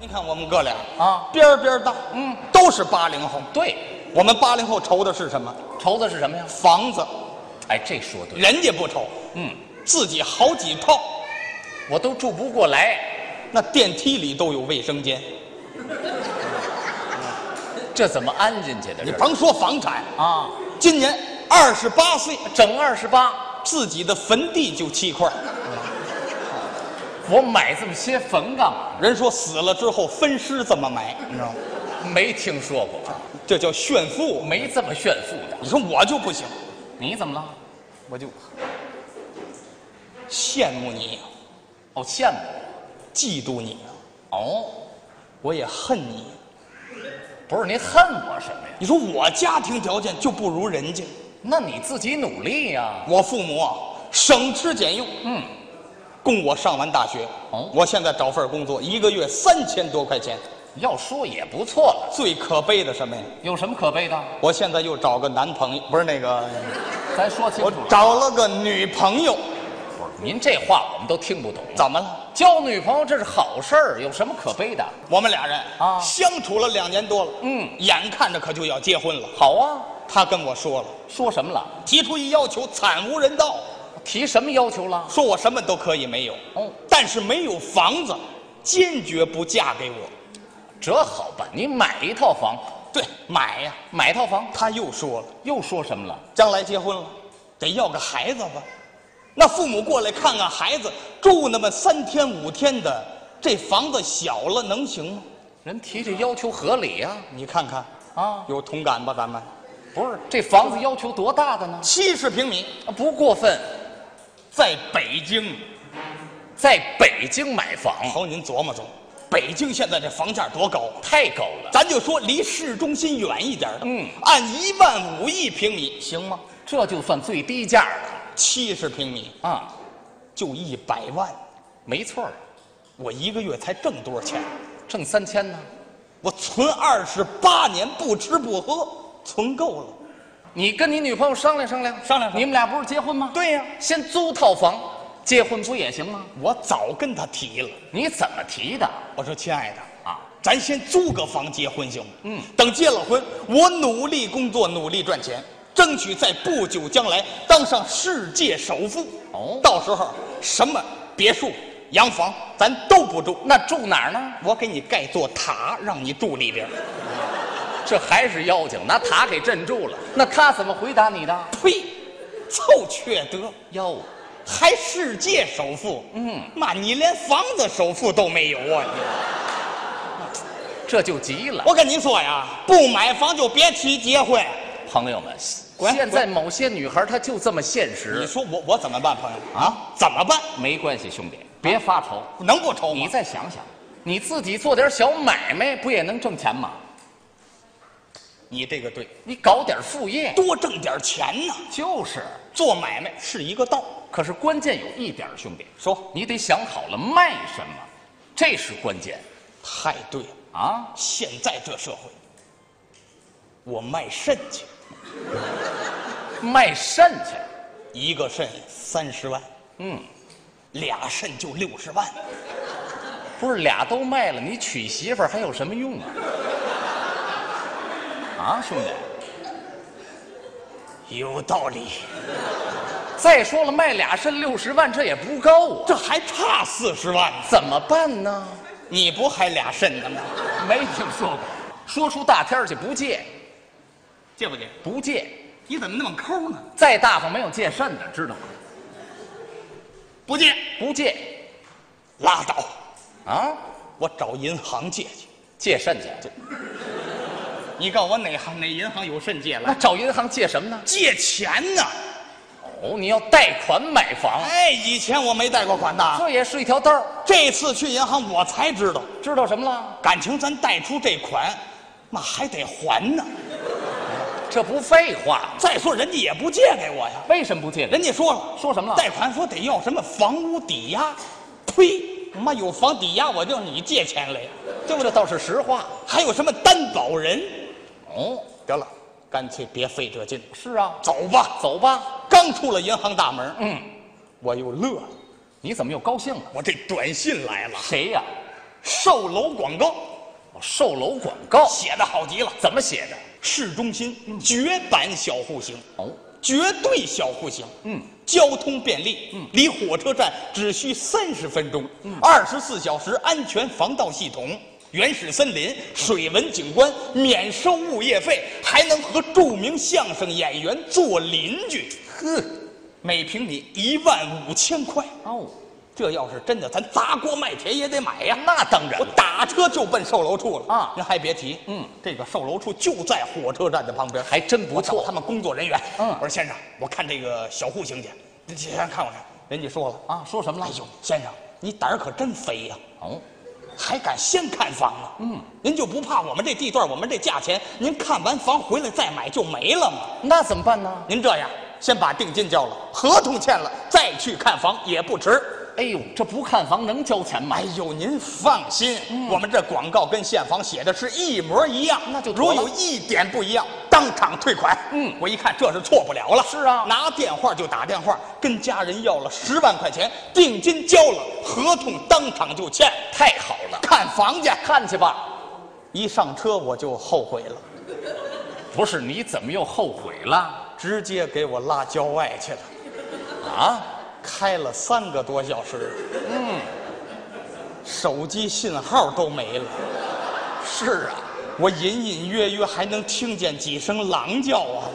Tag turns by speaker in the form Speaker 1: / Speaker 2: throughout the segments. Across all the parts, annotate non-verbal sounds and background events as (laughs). Speaker 1: 你看我们哥俩
Speaker 2: 啊
Speaker 1: 边儿边儿大，
Speaker 2: 嗯，
Speaker 1: 都是八零后。
Speaker 2: 对，
Speaker 1: 我们八零后愁的是什么？
Speaker 2: 愁的是什么呀？
Speaker 1: 房子，
Speaker 2: 哎，这说对，
Speaker 1: 人家不愁，
Speaker 2: 嗯，
Speaker 1: 自己好几套，
Speaker 2: 我都住不过来，
Speaker 1: 那电梯里都有卫生间。
Speaker 2: 这怎么安进去的？
Speaker 1: 你
Speaker 2: 这
Speaker 1: 甭说房产，
Speaker 2: 啊，
Speaker 1: 今年二十八岁，
Speaker 2: 整二十八，
Speaker 1: 自己的坟地就七块。
Speaker 2: 我买这么些坟干嘛？
Speaker 1: 人说死了之后分尸这么埋，你知道吗？
Speaker 2: 没听说过，
Speaker 1: 这叫炫富。
Speaker 2: 没这么炫富的。
Speaker 1: 你说我就不行，
Speaker 2: 你怎么了？我就
Speaker 1: 羡慕你，
Speaker 2: 哦羡慕
Speaker 1: 嫉妒你，
Speaker 2: 哦，
Speaker 1: 我也恨你。
Speaker 2: 不是您恨我什么呀？
Speaker 1: 你说我家庭条件就不如人家，
Speaker 2: 那你自己努力呀、
Speaker 1: 我父母啊省吃俭用，
Speaker 2: 嗯，
Speaker 1: 供我上完大学。
Speaker 2: 哦
Speaker 1: 我现在找份工作，一个月三千多块钱。
Speaker 2: 要说也不错了，
Speaker 1: 最可悲的什么呀？
Speaker 2: 有什么可悲的？
Speaker 1: 我现在又找个男朋友，不是那个，
Speaker 2: 咱说清楚
Speaker 1: 我
Speaker 2: 了。
Speaker 1: 找了个女朋友，
Speaker 2: 不是您这话我们都听不懂。
Speaker 1: 怎么了？
Speaker 2: 交女朋友这是好事儿，有什么可悲的？
Speaker 1: 我们俩人
Speaker 2: 啊
Speaker 1: 相处了两年多了，
Speaker 2: 嗯
Speaker 1: 眼看着可就要结婚了。
Speaker 2: 好啊，
Speaker 1: 他跟我说了，
Speaker 2: 说什么了？
Speaker 1: 提出一要求，惨无人道，
Speaker 2: 提什么要求了？
Speaker 1: 说我什么都可以没有，
Speaker 2: 哦，
Speaker 1: 但是没有房子，坚决不嫁给我。
Speaker 2: 这好办，你买一套房，
Speaker 1: 对，买呀、
Speaker 2: 买一套房。
Speaker 1: 他又说了，
Speaker 2: 又说什么了？
Speaker 1: 将来结婚了，得要个孩子吧。那父母过来看看孩子，住那么三天五天的，这房子小了能行吗？
Speaker 2: 人提这要求合理呀、
Speaker 1: 你看看，
Speaker 2: 啊？
Speaker 1: 有同感吧？咱们
Speaker 2: 不是，这房子要求多大的呢？
Speaker 1: 七十平米，
Speaker 2: 啊不过分，
Speaker 1: 在北京。
Speaker 2: 在北京买房
Speaker 1: 好，您琢磨琢磨，北京现在这房价多高？
Speaker 2: 太高了，
Speaker 1: 咱就说离市中心远一点的，
Speaker 2: 嗯，
Speaker 1: 按一万五一平米行吗？
Speaker 2: 这就算最低价了
Speaker 1: 七十平米
Speaker 2: 啊！
Speaker 1: 就一百万，
Speaker 2: 没错儿，
Speaker 1: 我一个月才挣多少钱？
Speaker 2: 挣三千呢。
Speaker 1: 我存二十八年不吃不喝，存够了。
Speaker 2: 你跟你女朋友商量商量，
Speaker 1: 商量商量
Speaker 2: 你们俩不是结婚吗？，
Speaker 1: 对呀、
Speaker 2: 先租套房，结婚不也行吗？
Speaker 1: 我早跟他提了，
Speaker 2: 你怎么提的
Speaker 1: 我说亲爱的，
Speaker 2: 啊？
Speaker 1: 咱先租个房结婚行吗？
Speaker 2: 嗯，
Speaker 1: 等结了婚，我努力工作，努力赚钱，争取在不久将来当上世界首富。
Speaker 2: 哦
Speaker 1: 到时候什么别墅、洋房咱都不住，
Speaker 2: 那住哪儿呢？
Speaker 1: 我给你盖座塔，让你住里边。
Speaker 2: 这还是妖精，拿塔给镇住了。那他怎么回答你的？
Speaker 1: 呸，臭缺德，
Speaker 2: 哟，
Speaker 1: 还世界首富？
Speaker 2: 嗯，
Speaker 1: 妈，你连房子首付都没有啊！你
Speaker 2: 这就急了。
Speaker 1: 我跟你说呀，不买房就别提结婚。
Speaker 2: 朋友们，
Speaker 1: 滚
Speaker 2: 现在某些女孩她就这么现
Speaker 1: 你
Speaker 2: 实。
Speaker 1: 说我我怎么办，朋友
Speaker 2: 啊？
Speaker 1: 怎么办？
Speaker 2: 没关系，兄弟，别发愁，
Speaker 1: 能不愁吗
Speaker 2: 你？再想想，你自己做点小买卖不也能挣钱吗？
Speaker 1: 你这个对，
Speaker 2: 你搞点副业，
Speaker 1: 多挣点钱呐。
Speaker 2: 就是。
Speaker 1: 做买卖是一个道。
Speaker 2: 可是关键有一点，兄弟，
Speaker 1: 说，
Speaker 2: 你得想好了卖什么，这是关键
Speaker 1: 太对了，
Speaker 2: 啊！
Speaker 1: 现在这社会，我卖肾去，
Speaker 2: 卖肾去，
Speaker 1: 一个肾三十万，
Speaker 2: 嗯，
Speaker 1: 俩肾就六十万。
Speaker 2: 不是俩都卖了，你娶媳妇儿还有什么用啊？啊，兄弟，
Speaker 1: 有道理，
Speaker 2: 再说了，卖俩肾六十万，这也不高啊，
Speaker 1: 这还差四十万呢。
Speaker 2: 怎么办呢？
Speaker 1: 你不还俩肾呢吗？
Speaker 2: 没听说过，说出大天儿去不借，
Speaker 1: 借不借？
Speaker 2: 不借，
Speaker 1: 你怎么那么抠呢？
Speaker 2: 再大方没有借肾的，知道吗？
Speaker 1: 不借，
Speaker 2: 不借
Speaker 1: 拉倒，
Speaker 2: 啊，
Speaker 1: 我找银行借去。
Speaker 2: 借肾去，
Speaker 1: 你告诉我哪行哪银行有肾借
Speaker 2: 那？找银行借什么呢？
Speaker 1: 借钱呢？
Speaker 2: 哦，你要贷款买房，
Speaker 1: 哎，以前我没贷过款的，
Speaker 2: 这也是一条道儿。
Speaker 1: 这次去银行我才知道。
Speaker 2: 知道什么了？
Speaker 1: 感情咱贷出这款，那还得还呢。
Speaker 2: 这不废话吗？
Speaker 1: 再说人家也不借给我呀，
Speaker 2: 为什么不借人
Speaker 1: 人家说了
Speaker 2: 说什么了
Speaker 1: 贷款说得要什么房屋抵押，呸！妈有房抵押我就你借钱了呀，
Speaker 2: 对不对？倒是实话。
Speaker 1: 还有什么担保人？
Speaker 2: 哦，
Speaker 1: 得了，干脆别费这劲，
Speaker 2: 是啊，
Speaker 1: 走吧。
Speaker 2: 走吧。
Speaker 1: 刚出了银行大门，
Speaker 2: 嗯，
Speaker 1: 我又乐了，
Speaker 2: 你怎么又高兴了？
Speaker 1: 我这短信来了，
Speaker 2: 谁呀、
Speaker 1: 售楼广告
Speaker 2: 哦售楼广告
Speaker 1: 写的好极了，
Speaker 2: 怎么写的？
Speaker 1: 市中心绝版小户型，
Speaker 2: 哦，
Speaker 1: 绝对小户型，
Speaker 2: 嗯，
Speaker 1: 交通便利，嗯，离火车站只需三十分钟，二十四小时安全防盗系统，原始森林、水文景观，免收物业费，还能和著名相声演员做邻居，
Speaker 2: 呵，
Speaker 1: 每平米一万五千块。
Speaker 2: 哦，
Speaker 1: 这要是真的，咱砸锅卖铁也得买呀！
Speaker 2: 那当然
Speaker 1: 我
Speaker 2: 了，
Speaker 1: 打车就奔售楼处了
Speaker 2: 啊
Speaker 1: 您还别提，
Speaker 2: 嗯，
Speaker 1: 这个售楼处就在火车站的旁边，
Speaker 2: 还真不
Speaker 1: 我找
Speaker 2: 错。
Speaker 1: 他们工作人员，
Speaker 2: 嗯
Speaker 1: 我说先生，我看这个小户型去，您先看我看，人家说了，
Speaker 2: 啊，说什么了？
Speaker 1: 哎呦，先生你胆儿可真肥呀、
Speaker 2: 哦，
Speaker 1: 还敢先看房啊？嗯，您就不怕我们这地段，我们这价钱，您看完房回来再买就没了吗？
Speaker 2: 那怎么办呢？
Speaker 1: 您这样，先把定金交了，合同签了，再去看房也不迟。
Speaker 2: 哎呦，这不看房能交钱吗
Speaker 1: 哎？呦，您放心，我们这广告跟现房写的是一模一样，
Speaker 2: 嗯那就得
Speaker 1: 如
Speaker 2: 了
Speaker 1: 有一点不一样，当场退款。
Speaker 2: 嗯
Speaker 1: 我一看这是错不了了。
Speaker 2: 是啊
Speaker 1: 拿电话就打电话，跟家人要了十万块钱，定金交了，合同当场就签。
Speaker 2: 太好了，
Speaker 1: 看房去，
Speaker 2: 看去吧。
Speaker 1: 一上车我就后悔了，
Speaker 2: 不是，你怎么又后悔了
Speaker 1: 直接给我拉郊外去了，
Speaker 2: 啊？
Speaker 1: 开了三个多小时，嗯，手机信号都没了。
Speaker 2: 是啊，
Speaker 1: 我隐隐约约还能听见几声狼叫啊！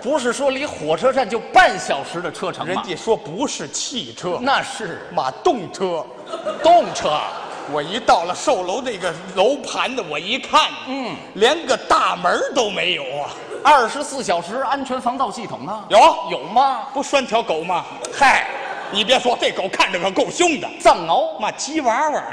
Speaker 2: 不是说离火车站就半小时的车程
Speaker 1: 人
Speaker 2: 吗？
Speaker 1: 家说不是汽车，
Speaker 2: 那是
Speaker 1: 马动车。
Speaker 2: 动车。
Speaker 1: 我一到了售楼这个楼盘的，我一看，
Speaker 2: 嗯，
Speaker 1: 连个大门都没有啊！
Speaker 2: 二十四小时安全防盗系统啊呢？
Speaker 1: 有
Speaker 2: 有吗？
Speaker 1: 不拴条狗吗？
Speaker 2: 嗨，
Speaker 1: 你别说，这狗看着可够凶的，
Speaker 2: 藏獒
Speaker 1: 妈鸡娃娃！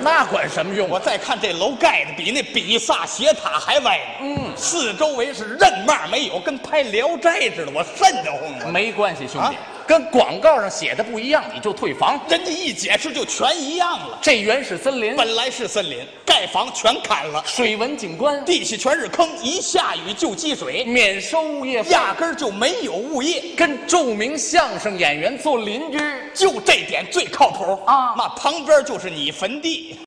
Speaker 2: 那管什么用
Speaker 1: (laughs) 我
Speaker 2: 啊？
Speaker 1: 再看这楼盖的比那比萨斜塔还歪呢，
Speaker 2: 嗯
Speaker 1: 四周围是任嘛没有，跟拍《聊斋》似的，我瘆得慌啊！
Speaker 2: 没关系，兄弟，
Speaker 1: 啊
Speaker 2: 跟广告上写的不一样，你就退房。
Speaker 1: 人家一解释就全一样了。
Speaker 2: 这原始森林、
Speaker 1: 本来是森林，盖房全砍了，
Speaker 2: 水文景观，
Speaker 1: 地下全是坑，一下雨就积水，
Speaker 2: 免收物业费，
Speaker 1: 压根儿就没有物业。
Speaker 2: 跟著名相声演员做邻居。
Speaker 1: 就这点最靠谱
Speaker 2: 啊
Speaker 1: 那旁边就是你坟地。